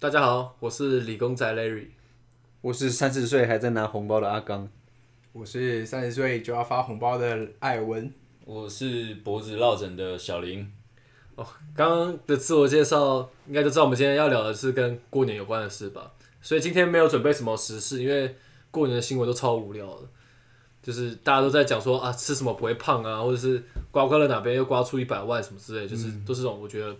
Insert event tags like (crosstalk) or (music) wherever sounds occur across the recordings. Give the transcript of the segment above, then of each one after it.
大家好，我是理工仔 Larry。我是三十岁还在拿红包的阿刚，我是三十岁就要发红包的艾文，我是脖子落枕的小林，哦刚刚的自我介绍应该就知道我们今天要聊的是跟过年有关的事吧，所以今天没有准备什么时事，因为过年的新闻都超无聊的，就是大家都在讲说啊吃什么不会胖啊，或者是刮刮乐哪边又刮出一百万什么之类，就是嗯都是这种我觉得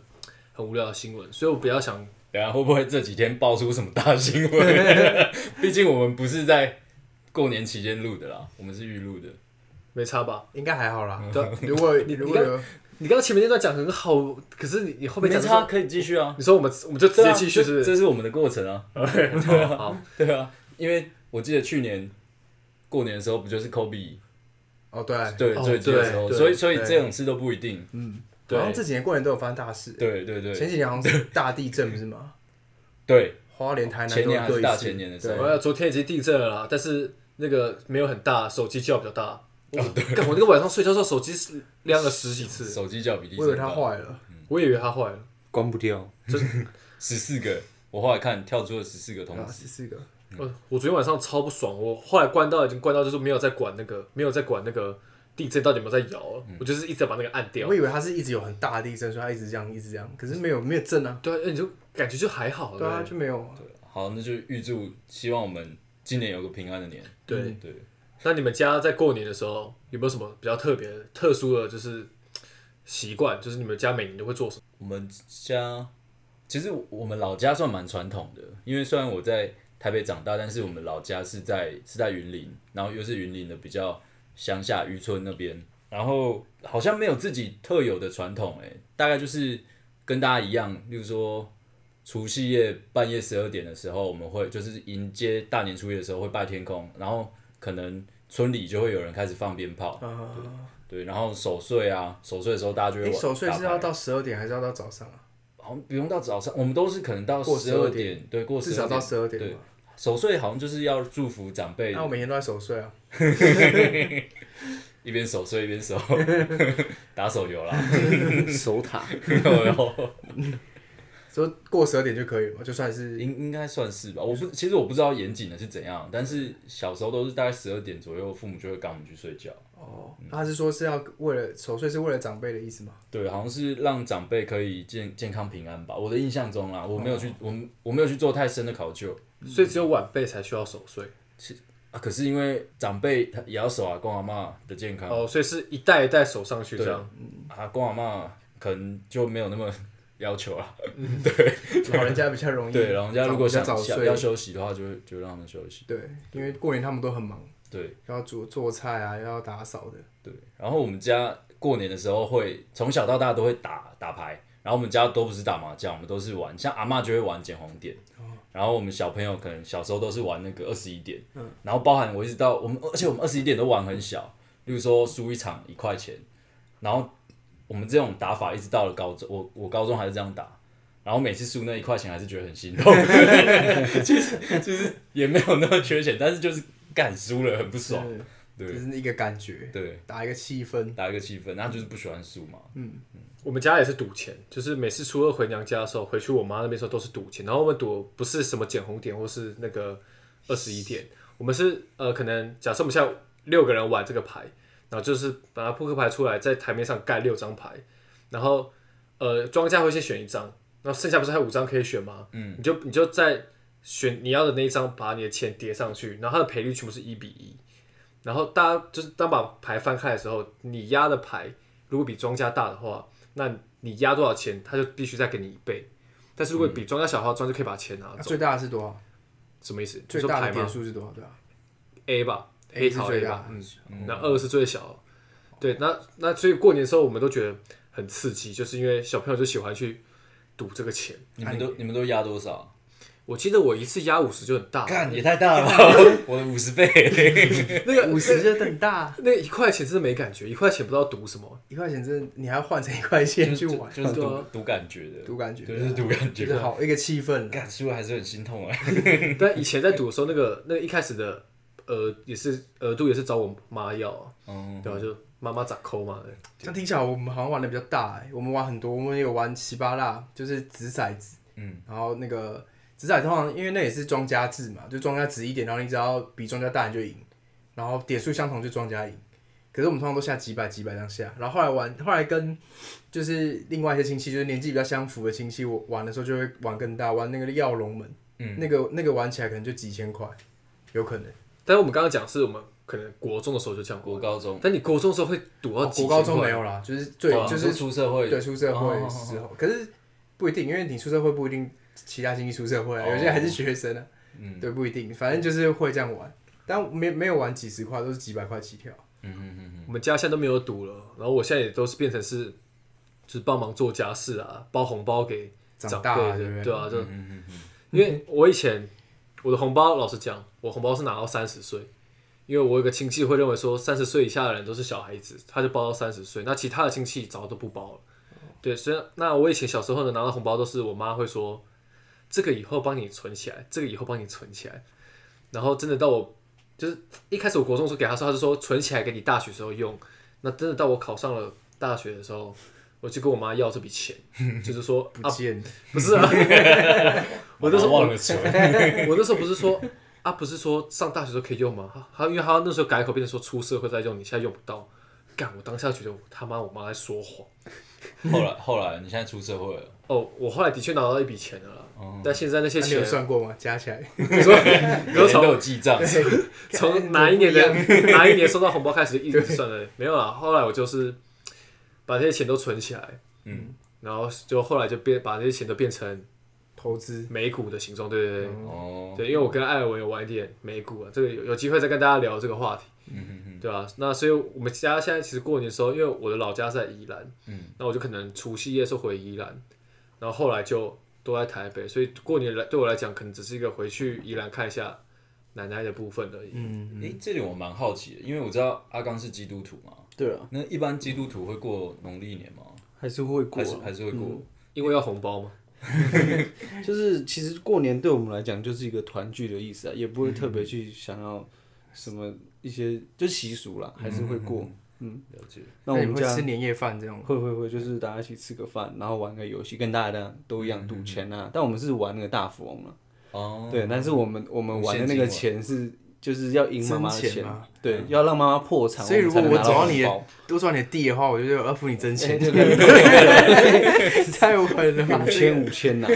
很无聊的新闻，所以我比较想等一下会不会这几天爆出什么大新闻？毕竟我们不是在过年期间录的啦，我们是预录的。没差吧？应该还好啦。对啊如 (laughs) 果如果有你刚刚前面那段讲很好，可是你你后面没讲差，说可以继续啊。你说我们我们就直接继续是不是？这这是我们的过程啊。好，对啊，因为我记得去年过年的时候，不就是 Kobe 哦对，对哦坠机的时候，对所以所以对这种事都不一定。对好像这几年过年都有发生大事，对对前对几年好像是大地震不是吗？对，花莲、台南前都年有还各是一大次前年的时我候，要昨天已经地震了啦，但是那个没有很大，手机叫比较大。哦，对，我那个晚上睡觉的时候，手机是亮了十几次，手机叫比例我以为它坏了，我以为它坏了。关不掉。 (laughs) 十四个，我后来看跳出了十四个通啊，知。十四个，我我昨天晚上超不爽，我后来关到已经关到就是没有在管那个，没有在管那个地震到底有没有在摇了，我就是一直在把那个按掉我。以为它是一直有很大的地震，所以它一直这样一直这样，可是没有没有震啊，对啊，你就感觉就还好对啊了。就没有，好，那就预祝希望我们今年有个平安的年。对，对，那你们家在过年的时候有没有什么比较特别、特殊的就是习惯？就是你们家每年都会做什么？我们家其实我们老家算蛮传统的，因为虽然我在台北长大，但是我们老家是在是在云林，然后又是云林的比较乡下渔村那边，然后好像没有自己特有的传统、欸，大概就是跟大家一样，例如说。除夕夜半夜十二点的时候，我们会就是迎接大年初一的时候会拜天公，然后可能村里就会有人开始放鞭炮，啊，对，然后守岁啊，守岁的时候大家就会你玩守岁打是牌要到十二点还是要到早上啊？好像不用到早上，我们都是可能到过十二12点，对，过至少到十12二点。点对吧，，守岁好像就是要祝福长辈那，我每天都在守岁啊，一边守岁一边守 (laughs) 打手 (laughs) 游啦，守塔，有有，所以过十二点就可以了嘛，就算是 (laughs) 应应该算是吧。我不，其实我不知道严谨的是怎样，但是小时候都是大概十二点左右，父母就会赶我们去睡觉。哦，他是说是要为了守岁是为了长辈的意 (laughs) 思吗？对，好像是让长辈可以健健康平安吧。我的印象中啦，我没有哦去，我我没有去做太深的考究所以只有晚辈才需要守岁。啊。可是因为长辈他也要守阿公阿妈的健康，哦，所以是一代一代守上去这样。阿公阿妈可能就没有那么 (laughs) 要求了。老人家比较容易，对，老人家如果早嗯想比较早想要睡，休息的话，就会就让他们休息。对，因为过年他们都很忙，对要煮做菜啊，要打扫的，对，然后我们家过年的时候会从小到大都会打打牌，然后我们家都不是打麻将，我们都是玩，像阿嬷就会玩捡红点。然后我们小朋友可能小时候都是玩那个二十一点，然后包含我一直到我们，而且我们二十一点都玩很小，例如说输一场一块钱，然后我们这种打法一直到了高中，我我高中还是这样打，然后每次输那一块钱还是觉得很心痛，其实其实也没有那么缺钱，但是就是干输了很不爽，是对就是一个感觉，对，打一个气氛，打一个气氛，那就是不喜欢输嘛，我们家也是赌钱，就是每次初二回娘家的时候，回去我妈那边的时候都是赌钱，然后我们赌不是什么捡红点或是那个二十一点，我们是呃可能假设我们现在六个人玩这个牌，然后就是把它扑克牌出来，在台面上盖六张牌，然后呃庄家会先选一张，然后剩下不是还有五张可以选吗？嗯，你就你就在选你要的那一张，把你的钱叠上去，然后它的赔率全部是一比一，然后大家就是当把牌翻开的时候，你压的牌如果比庄家大的话，那你压多少钱，他就必须再给你一倍。但是如果比庄家小的话，庄家就可以把钱拿嗯啊走，最大的是多少？什么意思？最你说大牌的点吗数是多少？对吧？A 吧？A 是好最 A 大吧的，，嗯那二是最小。对，那那所以过年的时候，我们都觉得很刺激，就是因为小朋友就喜欢去赌这个钱。你们都你们都压多少？我记得我一次压五十就很大，干也太大了吧，我的五十倍，那个五十就很大，那一块钱真的没感觉，一块钱不知道赌什 (laughs) 么。一块钱真的你还要换成一块钱去玩，就是对赌啊赌感觉的，赌感觉对，就是赌感觉就是，好一个气氛，干输了还是很心痛哎，但以前在赌的时候，那个那个一开始的额也是额度也是找我妈要啊，嗯，对吧、就妈妈咋抠嘛。对这样听起来我们好像玩的比较大哎、我们玩很多，我们有玩七八辣，就是掷骰子，嗯，然后那个只是啊通常因为那也是庄家制嘛，就庄家值一点，然后你只要比庄家大你就赢，然后点数相同就庄家赢。可是我们通常都下几百几百这样下，然后后来玩，后来跟就是另外一些亲戚，就是年纪比较相符的亲戚，我玩的时候就会玩更大，玩那个耀龙门，嗯，那个那个玩起来可能就几千块，有可能。但是我们刚刚讲是我们可能国中的时候就这样过，国高中，但你国中的时候会赌到哦几千国高中块没有啦，就是最哦就你是说出社会对出社会哦之后，可是不一定，因为你出社会不一定其他经济出社会啊，有些还是学生啊，对，不一定，反正就是会这样玩，但没没有玩几十块，都是几百块起跳。嗯我们家现在都没有赌了，然后我现在也都是变成是，就是帮忙做家事啊，包红包给长长辈大啊的对不对对啊，就嗯因为我以前我的红包，老实讲，我红包是拿到三十岁，因为我有个亲戚会认为说三十岁以下的人都是小孩子，他就包到三十岁，那其他的亲戚早都不包了。对，所以那我以前小时候呢，拿到红包都是我妈会说，这个以后帮你存起来，这个以后帮你存起来，然后真的到我就是一开始我国中的时候给他说，他就说存起来给你大学时候用。那真的到我考上了大学的时候，我就跟我妈要这笔钱，就是说不啊，见了，不是啊， (laughs) 我那时候忘了存，我那时候不是说啊，不是说上大学都可以用吗？他他因为他那时候改口变成说出社会再用，你现在用不到。干，我当下觉得我他妈我妈在说谎。后来后来你现在出社会了，哦，我后来的确拿到一笔钱了啦，但现在那些那你有钱，算过吗？加起来， (laughs) 你说你每说天从都有记账，从哪一年的 (laughs) 哪一年收到红包开始就一直算了，没有啦。后来我就是把这些钱都存起来，嗯，然后就后来就变把这些钱都变成投资美股的形状，对对对、哦，对，因为我跟艾尔文有玩一点美股啊，这个有有机会再跟大家聊这个话题，嗯嗯对吧、那所以我们家现在其实过年的时候，因为我的老家在宜兰，嗯，那我就可能除夕夜是回宜兰，然后后来就都在台北，所以过年来对我来讲，可能只是一个回去宜兰看一下奶奶的部分而已。哎、这点我蛮好奇的，因为我知道阿刚是基督徒嘛，对啊，那一般基督徒会过农历年吗？还是会过还啊、是还是会过？因为要红包嘛，就是其实过年对我们来讲就是一个团聚的意思啊，也不会特别去想要什么一些就习俗嗯啦，还是会过。嗯了解，那我你们会家吃年夜饭这种？会会会，就是大家一起吃个饭，然后玩个游戏，跟大家都一样赌钱啊。但我们是玩那个大富翁啊，嗯哦，对，但是我们我们无玩限的那个钱是就是要赢妈妈的真钱吗嗯对，要让妈妈破产。所以如果我我们才走能拿到到你红的包，哎多找你的地的话，我就要付你真钱， (laughs) 对 (laughs) 太狠对了吧对，五！千五千呐、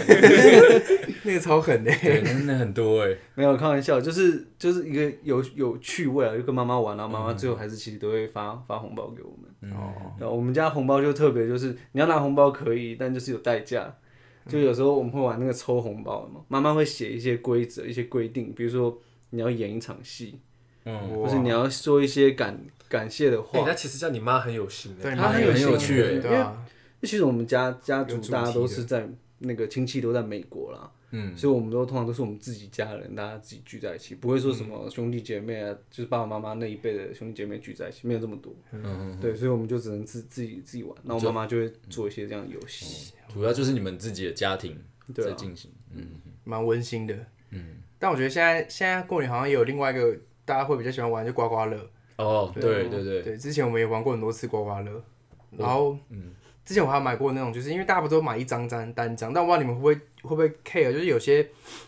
那个超狠的，对，那那很多哎、没有开玩笑，就是就是一个有有趣味啊，就跟妈妈玩啊，妈妈最后还是其实都会发发红包给我们。哦，然后我们家红包就特别，就是你要拿红包可以，但就是有代价。就有时候我们会玩那个抽红包嘛，妈妈会写一些规则、一些规定，比如说你要演一场戏，嗯，或是你要说一些感感谢的哎、话。那其实这样你妈很有心的、对，他蛮很有兴趣趣欸的对啊。那其实我们家家族有主题大家都是在那个亲戚都在美国啦，嗯，所以我们都通常都是我们自己家人，大家自己聚在一起，不会说什么兄弟姐妹啊，就是爸爸妈妈那一辈的兄弟姐妹聚在一起，没有这么多，嗯，对，所以我们就只能自自己自己玩。那我妈妈就会做一些这样的游戏，主要就是你们自己的家庭对啊在进行，嗯，蛮温馨的。嗯，但我觉得现在现在过年好像也有另外一个大家会比较喜欢玩，就刮刮乐。哦，对对对，对，之前我们也玩过很多次刮刮乐，然后嗯，之前我还买过那种，就是因为大家不都买一张张单张，但我不知道你们会不会会不会 care，就是有些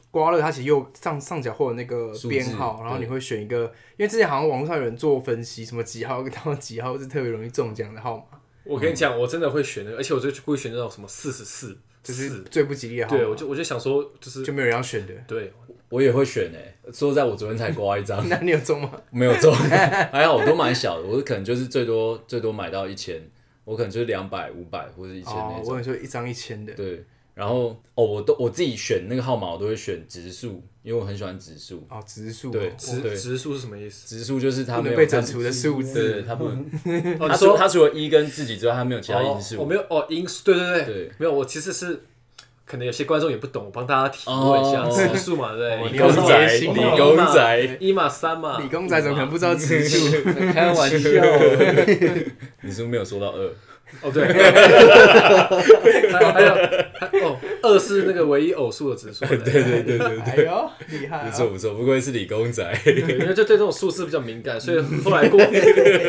刮刮乐它其实右上上角会有那个数字编号，然后对你会选一个，因为之前好像网络上有人做分析，什么几号到几号是特别容易中奖的号码，我跟你讲，我真的会选那个，而且我就故意选那种什么四十四，就是最不吉利的号码，对我就我就想说，就是就没有人要选的。 (laughs) 对，我也会选哎、说实在，我昨天才刮一 (laughs) 张，那你有中吗？没有中，还好我都蛮小的，我可能就是最多最多买到一千，我可能就是两百、五百或者一千哦那，我种。跟你说一张一千的，对，然后哦，我都我自己选那个号码，我都会选植数，因为我很喜欢植数。哦，植数，对植对植数是什么意思？植数就是它不没能有被整除的数它字。对，它不能。嗯哦，你它除说它除了一跟自己之外，它没有其他因哦，我素。没有哦，因素，对对对，没有，我其实是可能有些观众也不懂，我帮大家提问一下哦指数嘛，对不对？哦你理有告工诉仔，野我心理哦工仔，一码三嘛，理工仔怎么可能不知道植数？开玩笑， (laughs) 你是不是没有说到二？哦， (laughs) 对，还有还有还哦，二是那个唯一偶数的指数，对对对对哎呦，厉害、不啊！错不错，不愧是理工仔。对，因为就对这种数字比较敏感，所以后来过，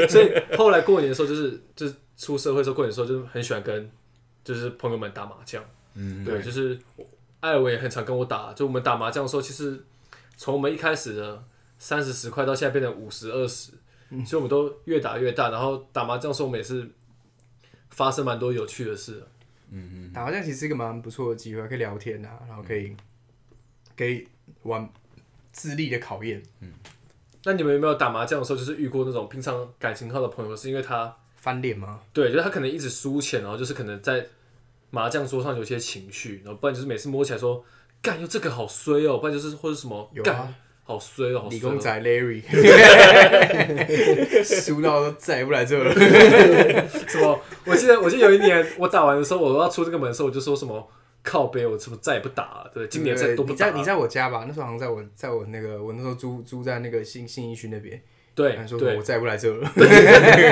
所以后来过年的时候，就是就是出社会的时候，过年的时候就是很喜欢跟就是朋友们打麻将，嗯，对，就是我艾尔文也很常跟我打，就我们打麻将的时候，其实从我们一开始的三十十块到现在变成五十二十，所以我们都越打越大。然后打麻将的时候，我们也是发生蛮多有趣的事的。打麻将其实是一个蛮不错的机会，可以聊天啊，然后可以、可以玩智力的考验，那你们有没有打麻将的时候，就是遇过那种平常感情好的朋友，是因为他翻脸吗？对，就是他可能一直输钱，然后就是可能在麻将桌上有些情绪，然后不然就是每次摸起来说干，又这个好衰哦，不然就是或者什么有啊干、好衰哦，好理衰、工哦。仔 Larry (laughs) 输到都再也不来这了。什么？我记得我记得有一年我打完的时候，我要出这个门的时候，我就说什么靠背，我什么再也不打了，对，今年再对也都不你打在了。你在我家吧？那时候好像在我在我那个我那时候租租在那个新新一区那边，对然哎后说对我再也不来这了，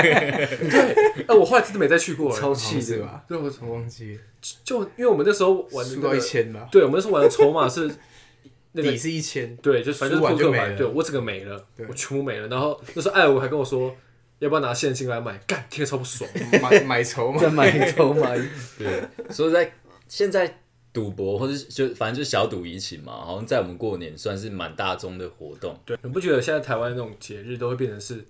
对，哎，我后来真的没再去过了。超 (laughs) 气是的，吧？对，我怎么忘记了？就因为我们那时候玩的输那到个一，千吧，对，我们那时候玩的筹码是那个底是一千，对，就反正就是输完扑就克没牌，了对我整个没了对，我全部没了。然后那时候艾文还跟我说，要不要拿现金来买？干，听着超不爽。买买筹嘛。再买一头蚂蚁，对，所以在现在赌博或者是就反正就小赌怡情嘛，好像在我们过年算是蛮大众的活动。对，你不觉得现在台湾那种节日都会变成是，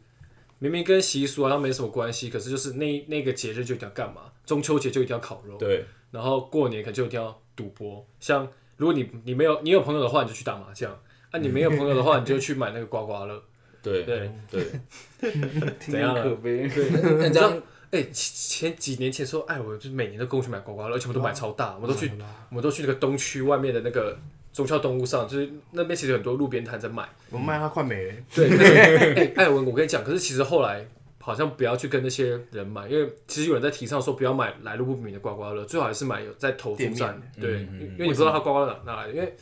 明明跟习俗好像没什么关系，可是就是那那个节日就一定要干嘛？中秋节就一定要烤肉，对，然后过年可能就一定要赌博。像如果你你没有你有朋友的话，你就去打麻将；啊，你没有朋友的话，你就去买那个刮刮乐。对，对对。挺可悲。那这样哎、前前几年前说，哎，我就是每年都跟我去买刮刮乐，而且我们都买超大，我们都去，我们都去那个东区外面的那个中孝东路上，就是那边其实有很多路边摊在卖。我卖它快没 (laughs) 了，对，可是哎，艾文，我跟你讲，可是其实后来好像不要去跟那些人买，因为其实有人在提倡说不要买来路不明的刮刮乐，最好还是买有在投注店面站的，对，因为因为你不知道他刮刮乐哪哪来的，因为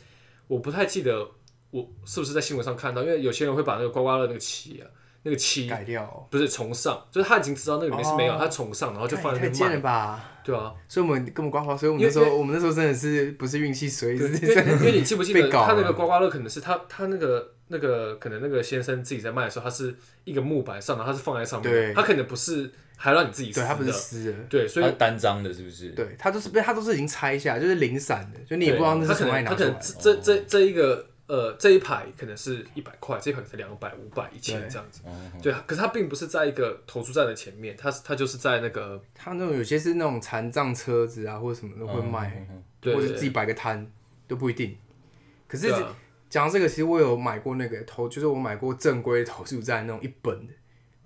我不太记得我是不是在新闻上看到，因为有些人会把那个刮刮乐那个漆啊，那个漆改掉哦。不是重上，就是他已经知道那个里面是没有，哦他重上，然后就看放在太那边贱了卖，吧！对啊，所以我们根本刮花，所以我们那时因候我们那时候真的是不是运气水，因是 (laughs) 为因为你记不记得被搞了他那个刮刮乐可能是他他那个那个可能那个先生自己在卖的时候，他是一个木板上，然后他是放在上面的，对他可能不是还让你自己撕对，它不是的，撕的，对，所它以是单张的，是不是？对，它都是被它都是已经拆下来，就是零散的，就你也不知道那对他可是从哪能里他拿可出能来。哦这这这这一个呃这一排可能是一百块，这一排可能是两百、五百、一千对哦这样子，对，可是他并不是在一个投注站的前面，他他就是在那个它那种有些是那种残障车子啊，或者什么都嗯会卖，对或者对自己摆个摊都不一定。可是对啊讲到这个，其实我有买过那个投，就是我买过正规投注站那种一本的，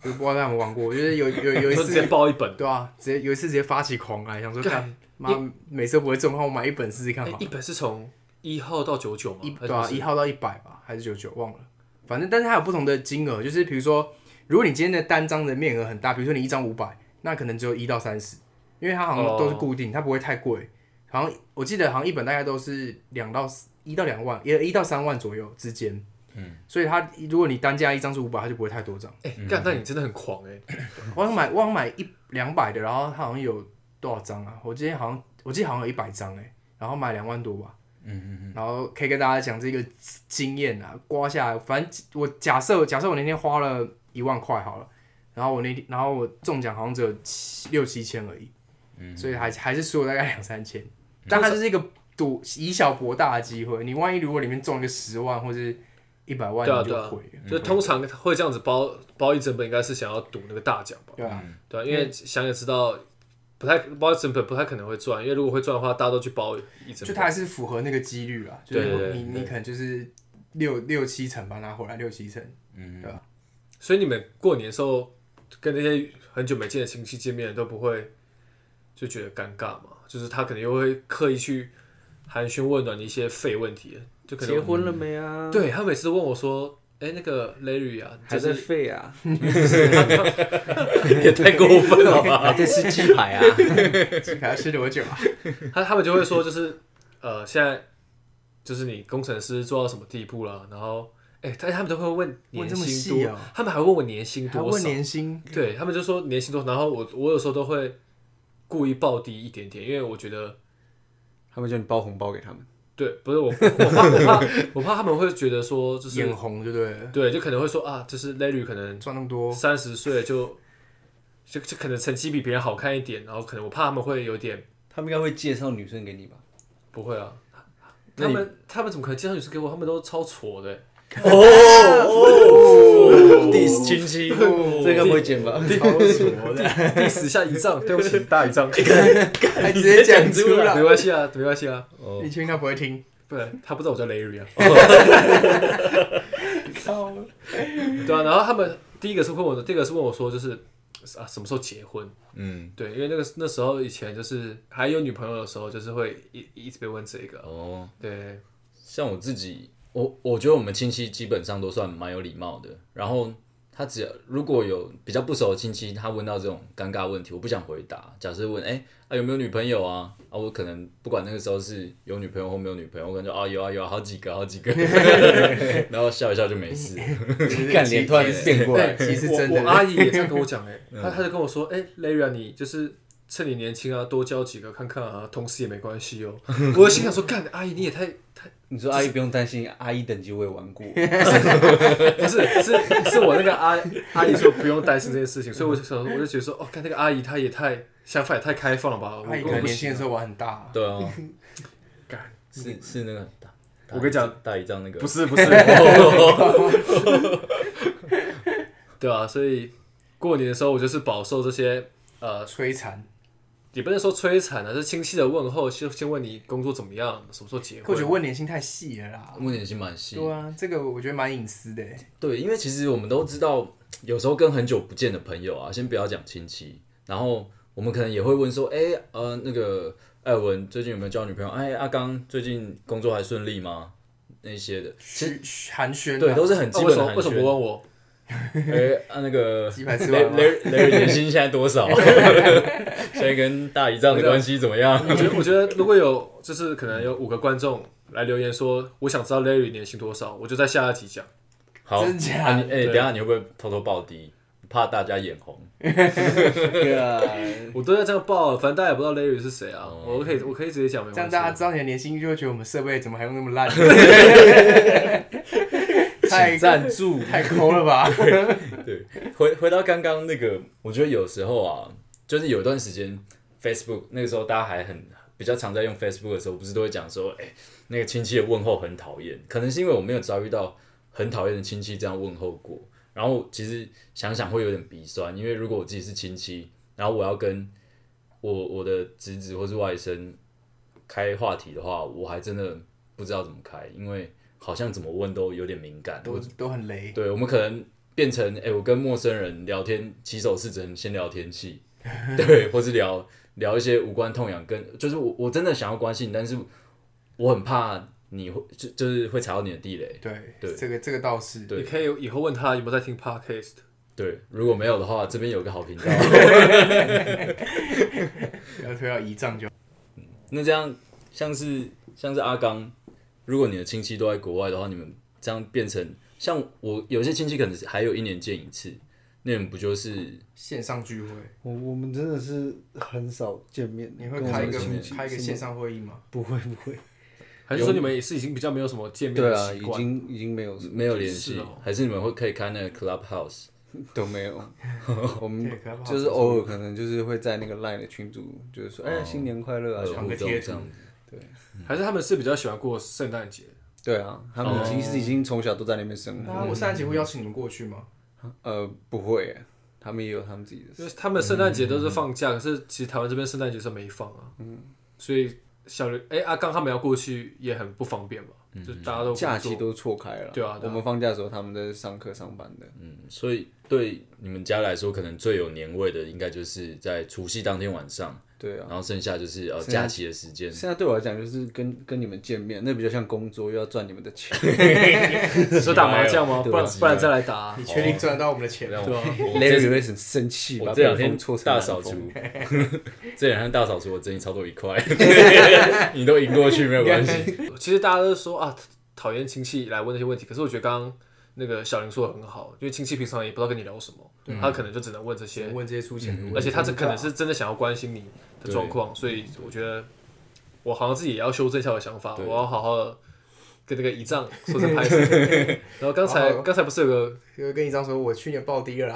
就不知道大家有没有玩过。我觉得有有有一就次直接包一本，对啊，直接有一次直接发起狂来，想说看妈每次都不会中的话，我买一本试试看哎好了。一本是从一号到九九嘛，一还是对啊，不是一号到一百吧，还是九九忘了，反正但是它有不同的金额，就是比如说，如果你今天的单张的面额很大，比如说你一张五百，那可能只有一到三十，因为它好像都是固定，它不会太贵，好像我记得好像一本大概都是两到一到两万，也一到三万左右之间，嗯，所以它如果你单价一张是五百，它就不会太多张。哎，干，那你真的很狂哎、我想买，我想买一两百的，然后它好像有多少张啊？我今天好像我记得好像有一百张哎，然后买两万多吧。嗯嗯嗯。然后可以跟大家讲这个经验啊，刮下来，反正我假设假设我那天花了一万块好了，然后我那天然后我中奖好像只有七六七千而已，嗯，所以还还是输了大概两三千，但它就是一个赌以小博大的机会，你万一如果里面中一个十万或是一百万，对啊你就对啊毁了，嗯就通常会这样子包包一整本，应该是想要赌那个大奖吧？对啊，对啊，因嗯为想也知道，不太包一整本不太可能会赚，啊因为如果会赚的话，大家都去包一整就本。它还是符合那个几率啦，就对是对你对你可能就是六六七成把它拿回来，六七成，嗯，对吧？所以你们过年的时候跟那些很久没见的亲戚见面，都不会就觉得尴尬嘛？就是他可能又会刻意去寒暄问暖你一些废问题，就可能结婚了没啊？对他每次问我说：“哎、那个 Larry 啊，还就在是废啊？ (laughs) 也太过分了吧！ (laughs) (laughs) 还在吃鸡排啊？还要吃多久啊？他他们就会说，就是呃，现在就是你工程师做到什么地步了，然后哎，他、他们都会问年薪问这么细多，哦他们还问我年薪还多问少，年薪，对他们就说年薪多少，然后我我有时候都会故意报低一点点，因为我觉得他们叫你包红包给他们，对，不是我我怕我怕我怕他们会觉得说就是眼红就对了，对，就可能会说啊，就是 Larry 可能赚那么多，三十岁就。就就可能成绩比别人好看一点，然后可能我怕他们会有点他们应该会介绍女生给你吧？不会啊，他们他们怎么可能介绍女生给我？他们都超挫的欸、 (laughs) 哦 d i s 亲戚，这个会剪吧？好熟的，第十下一仗，对不起，大一仗， (laughs) 还直接讲出 (laughs) 没来。关系啊，没关系啊，你确定他不会听？不然他不知道我叫 Larry (laughs) 啊。 (laughs) 对啊，然后他们第一个是问我的，第二个是问我说，就是啊什么时候结婚？嗯，对，因为那个那时候以前就是还有女朋友的时候，就是会一一直被问这个。哦，对，像我自己，我我觉得我们亲戚基本上都算蛮有礼貌的。然后他只要如果有比较不熟的亲戚，他问到这种尴尬问题，我不想回答。假设问，哎、啊有没有女朋友啊？啊，我可能不管那个时候是有女朋友或没有女朋友，我可能就啊有啊有啊，好几个好几个， (laughs) 然后笑一笑就没事。干脸突然变过来，其实我真我啊的嗯阿姨也这样跟我讲哎、她她就跟我说，哎、l a r r y 啊，你就是趁你年轻啊，多交几个看看啊，同事也没关系哦。我就心想说，干阿姨你也太太 (laughs) 你说阿姨不用担心，阿姨等级我也玩过， (laughs) 不是是是我那个阿阿姨说不用担心这件事情，所以我就想说，我就觉得说，哦，看那个阿姨她也太想法也太开放了吧，我阿姨可我能不年轻行啊的时候玩很大，对 (laughs) 啊，干，是是那个大，大我跟你讲大姨丈那个不是 (laughs) 不是，对啊，所以过年的时候我就是饱受这些呃摧残。也不能说摧残啊，是亲戚的问候，先先问你工作怎么样，什么时候结或婚者，问年薪太细了啦。目前是蛮细的对啊，这个我觉得蛮隐私的欸。对，因为其实我们都知道，有时候跟很久不见的朋友啊，先不要讲亲戚，然后我们可能也会问说，哎、呃，那个艾文最近有没有交女朋友？哎，阿刚最近工作还顺利吗？那些的，嘘嘘寒暄啊，对，都是很啊基为本什的么寒为什么不暄。问我？哎、啊，那 (laughs) 个鸡排吃雷完吗？雷雷年薪现在多少？ (laughs) 现在跟大姨丈的关系怎 (laughs) 么样？我觉得我觉得如果有就是可能有五个观众来留言说，我想知道 Larry 年薪多少，我就在下一集讲。好，真假啊、你哎、对等一下你会不会偷偷报低？怕大家眼红？干 (laughs) 我都在这样报了，反正大家也不知道 Larry 是谁啊，哦我可以我可以直接讲，没这关样系大家知道你的年薪，就会觉得我们设备怎么还用那么 (laughs) 烂？太请赞助， (laughs) 太抠了 (laughs) 吧？对，回回到刚刚那个，我觉得有时候啊，就是有一段时间 Facebook 那个时候大家还很比较常在用 Facebook 的时候，不是都会讲说，哎、那个亲戚的问候很讨厌，可能是因为我没有遭遇到很讨厌的亲戚这样问候过，然后其实想想会有点鼻酸，因为如果我自己是亲戚，然后我要跟我我的侄子或是外甥开话题的话，我还真的不知道怎么开，因为好像怎么问都有点敏感，都都很雷，对，我们可能变成哎、诶我跟陌生人聊天，起手是只能先聊天气， (laughs) 对，或是聊聊一些无关痛痒跟，就是我我真的想要关心你，但是我很怕你会就就是会踩到你的地雷。对对这个这个倒是对你可以以后问他有没有在听 Podcast。对，如果没有的话，这边有个好频道。 (laughs) 要推到一丈就那这样像是像是阿刚，如果你的亲戚都在国外的话，你们这样变成像我有些亲戚可能还有一年见一次，那你们不就是线上聚会，我我们真的是很少见面，你会跟我开一个们亲戚开一个什么线上会议吗？嗯不会不会，还是说你们也是已经比较没有什么见面对的 (laughs) 啊，习已惯？经已经没有没有联系是哦，还是你们会可以开那个 Clubhouse？都没有， (laughs) 我们对可怕就是偶尔可能就是会在那个 LINE 的群组，就是说哦哎新年快乐啊，传个贴图呃这样子还是他们是比较喜欢过圣诞节？对啊，他们其实已经从小都在那边生活，啊，我圣诞节会邀请你们过去吗？呃不会耶，他们也有他们自己的因事，为他们圣诞节都是放假，可是其实台湾这边圣诞节是没放啊。嗯，所以小刘哎、阿刚他们要过去也很不方便嘛，就大家都嗯假期工作 (laughs) 都错开了，对啊对我啊们放假的时候他们在上课上班的，嗯，所以对你们家来说，可能最有年味的，应该就是在除夕当天晚上，对啊然。后剩下就是呃剩下假期的时间，现在对我来讲，就是跟跟你们见面，那比较像工作，又要赚你们的钱。你说打麻将吗？对不然急不然再来打、啊你。确定赚得到我们的钱吗？让我我这 Larry 会很生气，啊把我这两北天风搓成大南扫风除， (laughs) 这两天大扫除我挣你超多一块， (laughs) 你都赢过去没有关 (laughs) 系，其实大家都说啊，讨厌亲戚来问那些问题，可是我觉得刚刚那个小林说的很好，因为亲戚平常也不知道跟你聊什么，他可能就只能问这些，问这些出钱的问题，而且他这可能是真的想要关心你的状况，所以我觉得我好像自己也要修正一下我的想法，对我要好好的跟那个仪仗说声拍 (laughs) 手。然后刚才好好刚才不是有个就跟一张说，我去年报低了啦，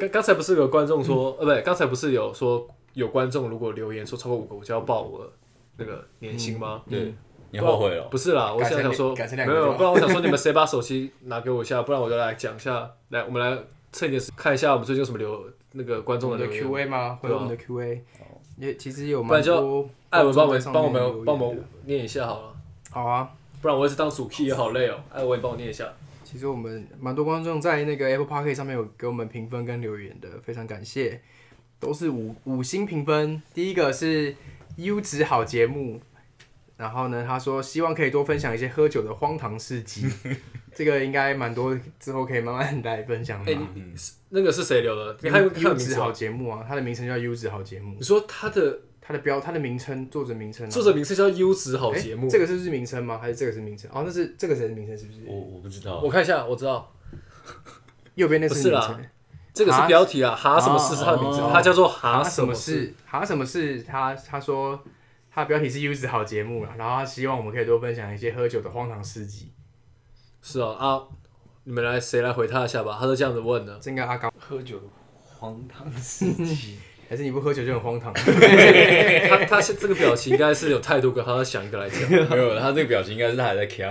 刚刚才不是有个观众说，呃，不对，刚才不是有说有观众如果留言说超过五个我就要报我那个年薪吗？嗯对，你后悔了？不是啦，我改成想想说，改成没两个就有，好不然我想说你们谁把手机拿给我一下，不然我就来讲一下，来我们来趁一点时看一下我们最近有什么留那个观众我的们的留言， Q&A 吗？回对啊我们的 Q&A，也其实有不然蛮就多艾文帮哎我观们众在帮我上面留们言帮我的们念一下好了，好啊。不然我一直当主 key 也好累哦，艾文你帮我念一下，其实我们蛮多观众在那个 Apple Park 上面有给我们评分跟留言的，非常感谢，都是五五星评分。第一个是优质好节目，然后呢，他说希望可以多分享一些喝酒的荒唐 (laughs) 事迹，这个应该蛮多，之后可以慢慢来分享吧哎。你那个是谁留的？你还有看优名质字好吗？节目啊，它的名称叫优质好节目你，说他的它的标它的名称作者名称、啊，作者名字叫优质好诶节目，哎这个是不是名称吗？还是这个是名称？哦，那是这个才是名称，是不是？我哦我不知道，我看一下，我知道右边那不是是名啦称。这个是哈标题啊，哈什么事是他的名字，哦他叫做啊哈什么事。事？啊什么事？他他说他的标题是优质好节目啦，然后他希望我们可以多分享一些喝酒的荒唐事迹。是哦啊，你们来谁来回他一下吧？他都这样子问的，这应该阿高， (laughs) 喝酒荒唐事迹，还是你不喝酒就很荒唐？他他现这个表情应该是有太多个，他要想一个来讲。没有，他这个表情应该是他还在 (laughs) 扛。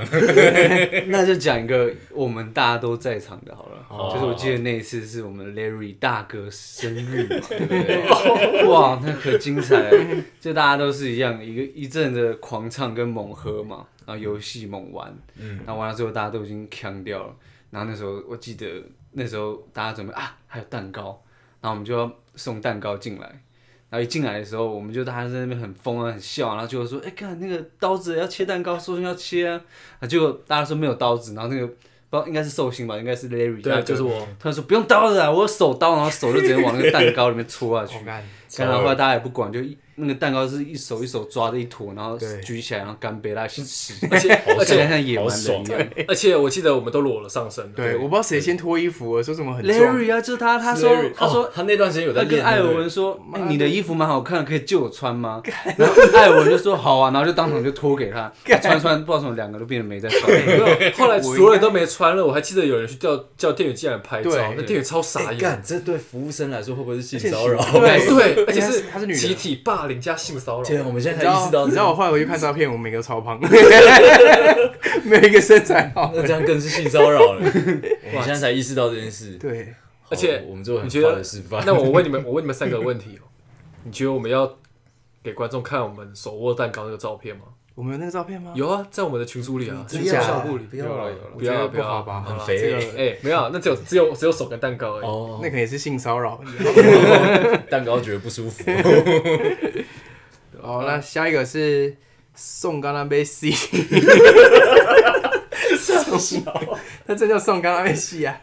(laughs) (laughs) 那就讲一个我们大家都在场的好了，哦就是我记得那一次是我们 Larry 大哥生日嘛， (laughs) 对不对？ (laughs) 哇，那可精彩了，就大家都是一样，一个一阵的狂唱跟猛喝嘛，然后游戏猛玩，嗯，然后玩到最后大家都已经呛掉了，然后那时候我记得那时候大家准备啊，还有蛋糕，然后我们就要啊送蛋糕进来。然后一进来的时候，我们就大家在那边很疯啊，很笑啊、然后就说：“哎、看那个刀子要切蛋糕，寿星要切啊！”啊，结果大家说没有刀子，然后那个不知道应该是寿星吧，应该是 Larry，对大啊，哥就是我。他说不用刀子啊，我有手刀，然后手就直接往那个蛋糕里 (laughs) 面戳下去我，干，干然后后来大家也不管，就一那个蛋糕是一手一手抓着一坨，然后对举起来，然后干杯啦，一起 (laughs) 吃，而且而而且且像野蛮人爽一 (laughs) 样。而且，我记得我们都裸了上身了。对，我不知道谁先脱衣服了，说什么很壮。 Larry 哦啊，就是他，他说 Larry，他说哦他那段时间有在他练跟艾尔对不对文说：“哎、你的衣服蛮好看，可以借我穿 (laughs) 吗？”然后艾尔文就说：“好啊。”然后就当场就脱给 (laughs) 他，穿一穿不知道怎么两个都变得没在穿。没有，后来所有人都没穿了。我还记得有人去叫叫店员进来拍照对，那店员超傻哎眼。干，哎这对服务生来说会不会是性骚扰？对对，而而且且她是是她是女的集体霸凌加性骚扰。 (laughs) 天啊，我们现你在知才意识道，到你这知个，道我后来回去看照片，我们每个超胖， (laughs) 没有一个身材好。那这样更是性骚扰 (laughs) 了。我们现在才意识到这件事，对，好而且哦我们做很你觉得坏的示范。那 (laughs) 我问你们，我问你们三个问题哦，你觉得我们要给观众看我们手握蛋糕那个照片吗？我们有那个照片吗？有啊，在我们的群组里啊，真群假组的小组里。不要了，不要我啊觉得不要不好吧啊好啦很肥这个哎，没有啊，那只有只有只有手跟蛋糕而已。哦，那可能也是性骚扰。蛋糕觉得不 (laughs) 舒服。好，那下一个是宋刚那杯 C，宋， (laughs) 那这叫宋刚那杯 C 啊。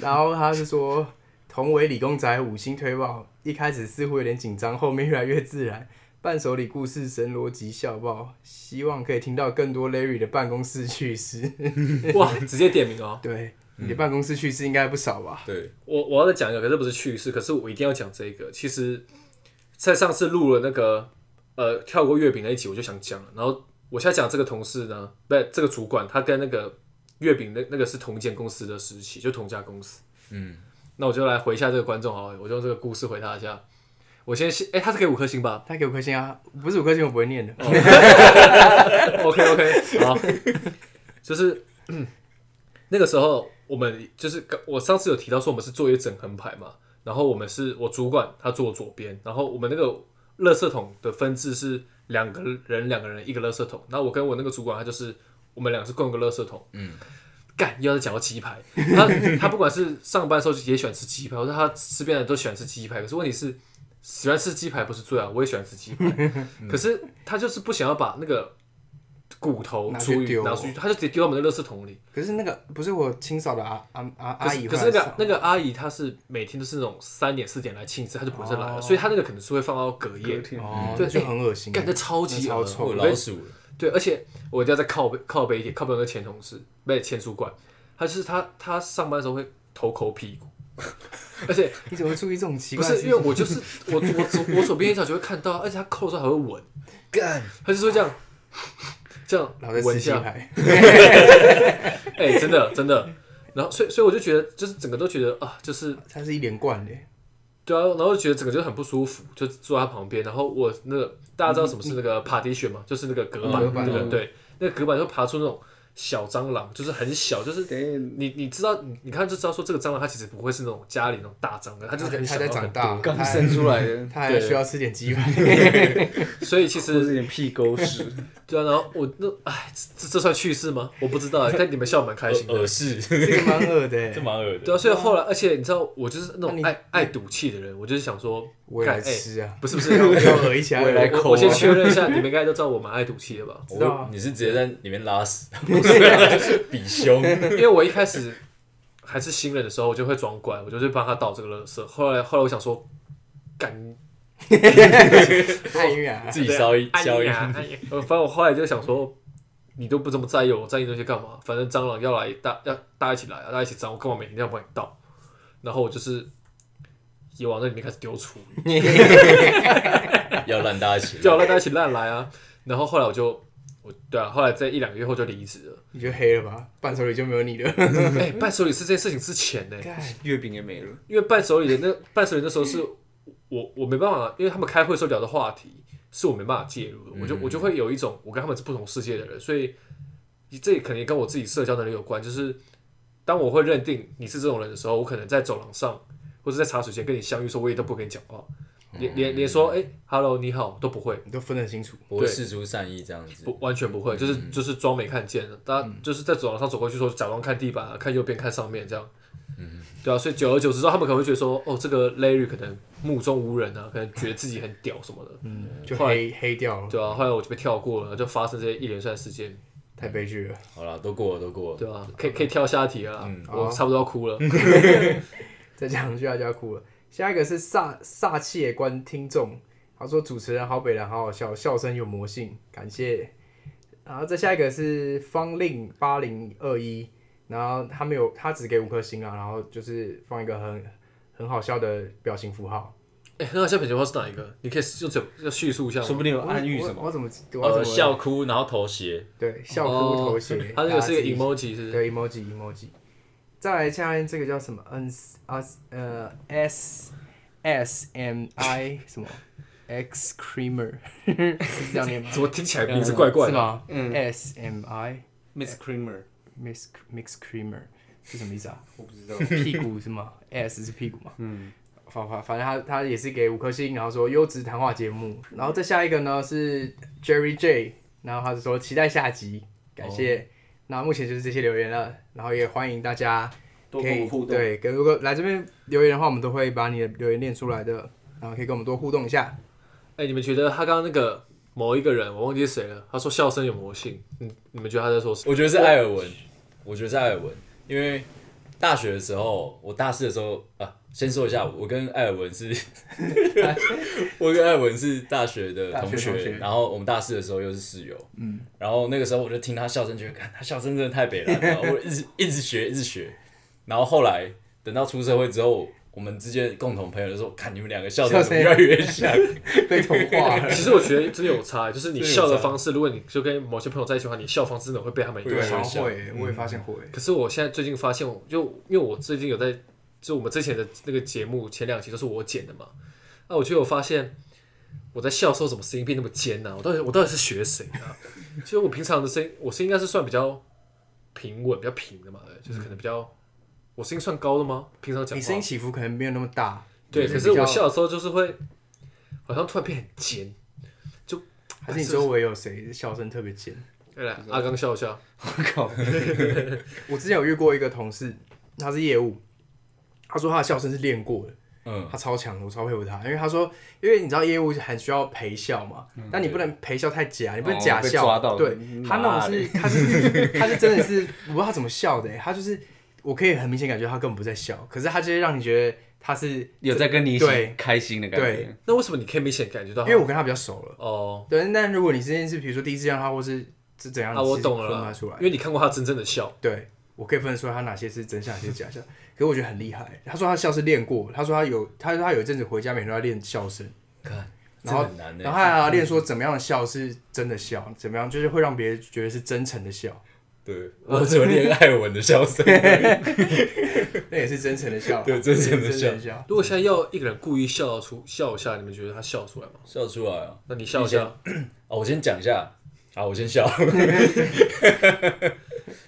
然后他是说，同为理工宅，五星推爆，一开始似乎有点紧张，后面越来越自然，伴手礼故事神逻辑笑爆，希望可以听到更多 Larry 的办公室趣事。 (laughs) 哇，直接点名哦。对，你的办公室趣事应该不少吧？对，我我要再讲一个，可是不是趣事，可是我一定要讲这个。其实，在上次录了那个呃跳过月饼那一集，我就想讲了。然后我现在讲这个同事呢，不是这个主管，他跟那个月饼那那个是同一间公司的实习，就同一家公司。嗯，那我就来回一下这个观众好了，我就用这个故事回答一下。我先先，哎、他是给五颗星吧？他给五颗星啊，不是五颗星我不会念哦的。 OK OK，好， (laughs) 就是、嗯那个时候我们就是我上次有提到说我们是做一个整横排嘛，然后我们是我主管他坐我左边，然后我们那个垃圾桶的分制是两个人两个人一个垃圾桶，那我跟我那个主管他就是我们两个是共一个垃圾桶，嗯。干，又要讲到鸡排，他他不管是上班的时候也喜欢吃鸡排，我说他吃遍了都喜欢吃鸡排，可是问题是喜欢吃鸡排不是罪啊，我也喜欢吃鸡排，可是他就是不想要把那个骨头拿去厨余丢拿出去，他就直接丢到我们的垃圾桶里。可是那个不是我清扫的阿阿阿可阿是姨可是会来那扫，个那个阿姨她是每天都是那种三点四点来清一次，她就不会再来了，所以她那个可能是会放到隔夜， (laughs) 哎哦，对那就很恶心。哎干的超级那超恶臭会有我老跟鼠了，对，而且我一定要再靠背靠背一点，靠背我那个前同事，不是前主管，他就是他他上班的时候会头抠屁股， (laughs) 而 (laughs) 且你怎么会注意这种奇不怪的事是因情？为我就是我我左我左边一角就会看到，而且他扣的时候还会闻，干，他就是会这样这样老在闻吃一鸡下，排，哎、真的真的。然后，所以，所以我就觉得，就是整个都觉得啊，就是它是一连贯的。对对啊，然后就觉得整个就很不舒服，就坐在他旁边。然后我那个大家知道什么是那个 partition 吗？就是那个隔板，隔板那个嗯对，那个隔板就爬出那种小蟑螂，就是很小，就是你你知道，你你看就知道说这个蟑螂它其实不会是那种家里那种大蟑螂，它他就是很小哦在然后长很大，多他刚还生出来 (laughs) 的，他还对需要吃点鸡排。所以其都实是点屁狗屎。对啊，然后我那哎，这这算趣事吗？我不知道， (laughs) 但你们笑得蛮开心呃的。耳饰，这个蛮恶的欸这， (laughs) 蛮恶的。对啊，所以后来，而且你知道，我就是那那种啊你爱爱赌气的人，我就是想说，我也干来哎 (laughs) 吃啊，不是不是，要要恶一下，我也来哎 (laughs) 我口我先啊确认一下，你们应该都知道我蛮爱赌气的吧？我知道啊你是直接在里面 (laughs) 拉屎，不是啊就是比胸。因为我一开始还是新人的时候，我就会装乖，我就去帮他倒这个垃圾。后来后来我想说，干太远啊，自己烧一哎烧一，呀哎呀呃反正我后来就想说，你都不这么在意我，我在意那些干嘛？反正蟑螂要来，大要大家一起来啊，大家一起脏，我干嘛每天要帮你倒？然后我就是也往那里面开始丢厨余，要让大家一起叫让大家一起烂来啊。然后后来我就我对啊，后来在一两个月后就离职了。 (laughs) 你就黑了吧，伴手礼就没有你了。哎、伴手礼是这件事情之前呢、干月饼也没 (laughs) 了，因为伴手礼的那伴手礼那时候是我我没办法，因为他们开会时候聊的话题是我没办法介入的，我就我就会有一种我跟他们是不同世界的人，所以这可能也跟我自己社交能力有关。就是当我会认定你是这种人的时候，我可能在走廊上或者在茶水间跟你相遇的时候，我也都不会跟你讲话，连连连说哎、hello 你好都不会， (laughs) 你都分得很清楚，不会事出善意这样子。不完全不会，就是就是装没看见，大家就是在走廊上走过去说假装看地板啊，看右边看上面这样，对啊，所以久而久之之后，他们可能会觉得说，哦，这个 Larry 可能目中无人啊，可能觉得自己很屌什么的，就后来黑黑掉了，对啊，后来我就被跳过了，就发生这些一连串事件，太悲剧了。好了，都过了，都过了。对啊，可以可以跳下一题了啦，我好差不多要哭了， (laughs) 再讲下去他就要哭了。下一个是煞煞气的观听众，他说主持人好北人好好笑，笑声有魔性，感谢。然后再下一个是方令八零二一，然后他没有，他只给五颗星啊，然后就是放一个很很好笑的表情符号，哎，很好笑，本情话是哪一个？你可以用怎要叙述一下说吗？不定有暗喻什么。我怎么我怎呃，么笑哭，然后头斜，对笑哭头哦衔，他那个是大家一自个己 emoji 是不是对 emoji emoji。再来下面这个叫什么？N 啊呃 S S M I (laughs) 什么 X Creamer (laughs) 是这样念吗？怎么听起来名字 (laughs) 怪怪是的？吗？嗯，S M I Miss Creamer， Mix Mix Creamer 是什么意思啊？我不知道。屁股是 (laughs) 吗？S 是屁股吗？嗯，反反反正他他也是给五颗星，然后说优质谈话节目，然后再下一个呢是 Jerry J，然后他是说期待下集，感谢。那目前就是这些留言了，然后也欢迎大家多可跟我以们互动对，跟如果来这边留言的话，我们都会把你的留言念出来的，然后可以跟我们多互动一下。哎，你们觉得他刚刚那个某一个人，我忘记是谁了，他说笑声有魔性，你你们觉得他在说什么？我觉得是艾尔文，我觉得是艾尔文，因为大学的时候，我大四的时候啊，先说一下，我跟艾尔文是， (laughs) 我跟艾尔文是大学的同大学学，同学然后我们大四的时候又是室友，嗯，然后那个时候我就听他笑声，觉得看他笑声真的太北了，然后 (laughs) 我一直一直学，一直学，然后后来等到出社会之后。我们之间共同朋友就说：“看你们两个笑声笑怎声么越来 (laughs) 越像。被同化了，其实我觉得真的有差欸，就是你真的有笑的差方式，如果你就跟某些朋友在一起的话，你笑方式真的会被他们影对响。好好像像会，我也发现会。可是我现在最近发现，我就因为我最近有在，就我们之前的那个节目前两集都是我剪的嘛，啊，我就有发现我在笑的时候怎么声音变那么尖呢、啊我到底我到底是学谁啊？其实我平常的声音，我声音应该是算比较平稳、比较平的嘛，对就是可能比较，我声音算高的吗？平常讲你话声音起伏可能没有那么大，对，就可是是比较我笑的时候就是会，好像突然变很尖，就还是你周围有谁笑声特别尖？来阿刚笑一下。我靠，我之前有遇过一个同事，他是业务，他说他的笑声是练过的，嗯，他超强的，我超佩服他。因为他说，因为你知道业务很需要陪笑嘛，但你不能陪笑太假，你不能假笑。嗯哦被抓到对嗯，他那种是他是他是真的是，我不知道他怎么笑的、欸他就是我可以很明显感觉他根本不在笑，可是他就是让你觉得他是 (laughs) 有在跟你一起对开心的感觉对。那为什么你可以明显感觉到因他？为我跟他比较熟了。哦对，那如果你之前是比如说第一次见到他，或是是怎样，啊，我懂了分不啦太出来，因。为你看过他真正的笑，对，我可以分得出来他哪些是真笑，哪些是假笑。 (laughs) 可是我觉得很厉害。他说他笑是练过，他说他有，他说他有一阵子回家每天都在练笑声，看，这然后很难呢。欸然后他还要练说怎么样的笑是真的笑，怎么样就是会让别人觉得是真诚的笑。 (laughs) 对我只有恋爱文的笑声，那也是真诚的笑， (laughs) 对真诚的真笑诚笑。如果现在要一个人故意笑出笑一下，你们觉得他笑出来吗？笑出来啊！那你笑一下，哦，我先讲一下，好，我先笑。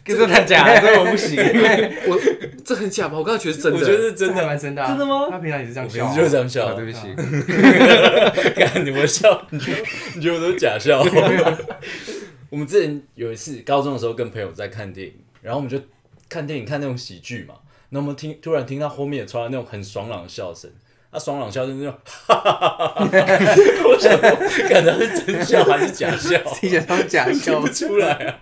这太假了，这我不行。 (laughs) 我这很假吗？我刚刚觉得是真的，我觉得是真这还的，蛮真的、啊，真的吗他平常也是这样我笑、平啊，时就这样笑啊啊。对不起，干你们笑， (laughs) 你觉得你觉得我都是假笑？ (laughs) 我们之前有一次高中的时候跟朋友在看电影，然后我们就看电影看那种喜剧嘛，那我们听突然听到后面传来那种很爽朗的笑声。那、爽朗笑声就， (laughs) 我想说，感觉是真笑还是假笑，听起来像假笑 (laughs) 笑不，出来啊。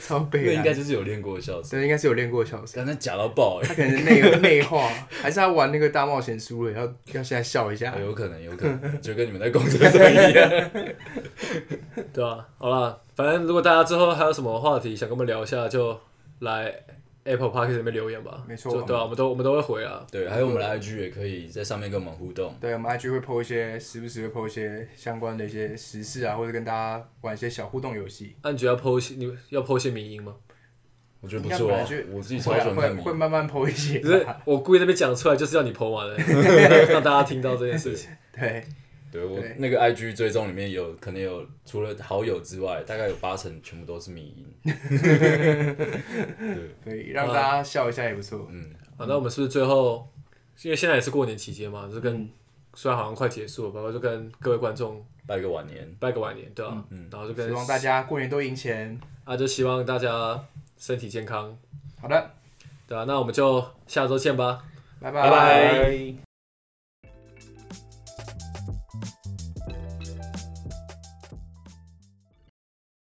超那悲应哀该。就是有练过的笑声，对，应该是有练过笑声。刚才假到爆哎、 (laughs) 他可能是内内化，还是他玩那个大冒险输了，要要现在笑一下欸，。有可能，有可能，就跟你们在工作上一样。对啊，好啦，反正如果大家之后还有什么话题想跟我们聊一下，就来 Apple Park 里面留言吧。没错就对啊，我们都我们都会回啊。对，还有我们的 IG 也可以在上面跟我们互动。对，我们 IG 会 PO 一些，时不时会 PO 一些相关的一些时事啊，或者跟大家玩一些小互动游戏。那、你觉得要 PO 一些你要 PO 一些迷音吗？我觉得不错啊，我自己超会喜啊欢会看迷会慢慢 PO 一些可是啊。我故意在那边讲出来，就是要你 PO 完的，让大家听到这件事情。 (laughs) 对，对我对那个 IG 追踪里面有可能有除了好友之外，大概有八成全部都是迷因。可以让大家笑一下也不错。嗯好，那我们是不是最后，因为现在也是过年期间嘛，就是跟、嗯虽然好像快结束了，包括就跟各位观众拜个晚年，拜个晚年，对啊，然后就跟嗯希望大家过年都赢钱。啊，就希望大家身体健康，好的，对啊，那我们就下周见吧。拜拜拜拜。